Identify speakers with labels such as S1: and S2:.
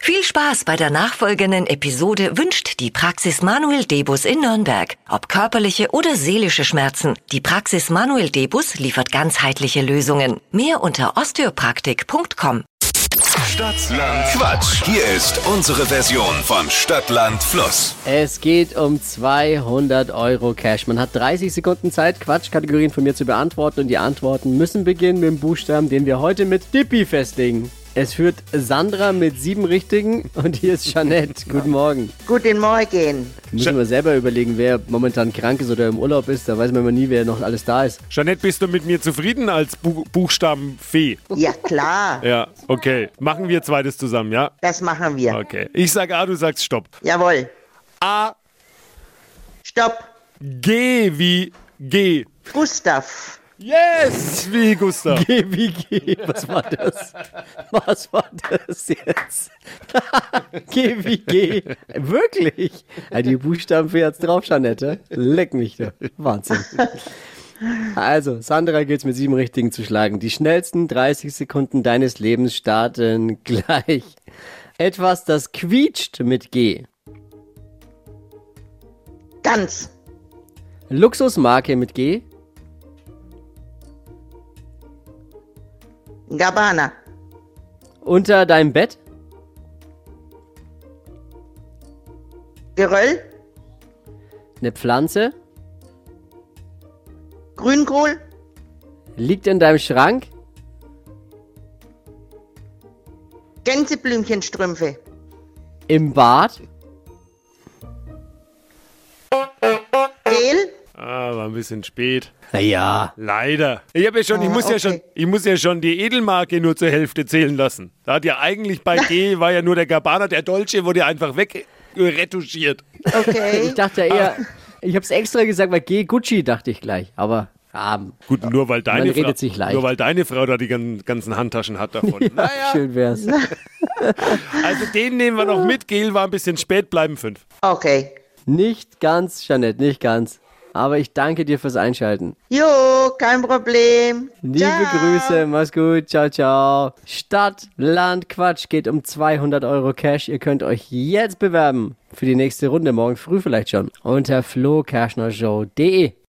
S1: Viel Spaß bei der nachfolgenden Episode wünscht die Praxis Manuel Debus in Nürnberg. Ob körperliche oder seelische Schmerzen, die Praxis Manuel Debus liefert ganzheitliche Lösungen. Mehr unter osteopraktik.com.
S2: Stadtland Quatsch. Hier ist unsere Version von Stadtland Fluss.
S3: Es geht um 200 Euro Cash. Man hat 30 Sekunden Zeit, Quatschkategorien von mir zu beantworten und die Antworten müssen beginnen mit dem Buchstaben, den wir heute mit Dippi festlegen. Es führt Sandra mit sieben Richtigen und hier ist Jeanette. Guten Morgen.
S4: Guten Morgen.
S3: Müssen wir selber überlegen, wer momentan krank ist oder im Urlaub ist. Da weiß man immer nie, wer noch alles da ist.
S5: Jeanette, bist du mit mir zufrieden als Bu Buchstabenfee?
S4: Ja, klar.
S5: Ja, okay. Machen wir zweites zusammen, ja?
S4: Das machen wir.
S5: Okay. Ich sag A, du sagst Stopp.
S4: Jawohl.
S5: A,
S4: Stopp.
S5: G wie G.
S4: Gustav.
S5: Yes! Wie Gustav.
S3: GWG, was war das? Was war das jetzt? GWG, wirklich? Ja, Die Buchstaben für jetzt drauf, Janette. Leck mich da. Wahnsinn. Also, Sandra geht's mit sieben Richtigen zu schlagen. Die schnellsten 30 Sekunden deines Lebens starten gleich. Etwas, das quietscht mit G.
S4: Ganz.
S3: Luxusmarke mit G.
S4: Gabbana.
S3: Unter deinem Bett.
S4: Geröll.
S3: Eine Pflanze.
S4: Grünkohl.
S3: Liegt in deinem Schrank.
S4: Gänseblümchenstrümpfe.
S3: Im Bad.
S4: Gel.
S5: Ah, war ein bisschen spät.
S3: Naja.
S5: Leider. Ich, hab ja schon, ich, muss ja
S4: okay.
S5: schon, ich muss ja schon die Edelmarke nur zur Hälfte zählen lassen. Da hat ja eigentlich bei G war ja nur der Gabbana, der Dolce wurde ja einfach wegretuschiert.
S4: Okay.
S3: Ich dachte ja eher, ich habe es extra gesagt, weil G Gucci dachte ich gleich, aber ah,
S5: Gut, nur weil deine
S3: redet
S5: Frau,
S3: sich leicht.
S5: nur weil deine Frau da die gan- ganzen Handtaschen hat davon. Naja,
S3: schön wär's.
S5: also den nehmen wir noch mit. Gel war ein bisschen spät, bleiben fünf.
S4: Okay.
S3: Nicht ganz, Janette, nicht ganz. Aber ich danke dir fürs Einschalten.
S4: Jo, kein Problem.
S3: Liebe Grüße, mach's gut, ciao, ciao. Stadt, Land, Quatsch geht um 200 Euro Cash. Ihr könnt euch jetzt bewerben für die nächste Runde, morgen früh vielleicht schon, unter flokerschnershow.de.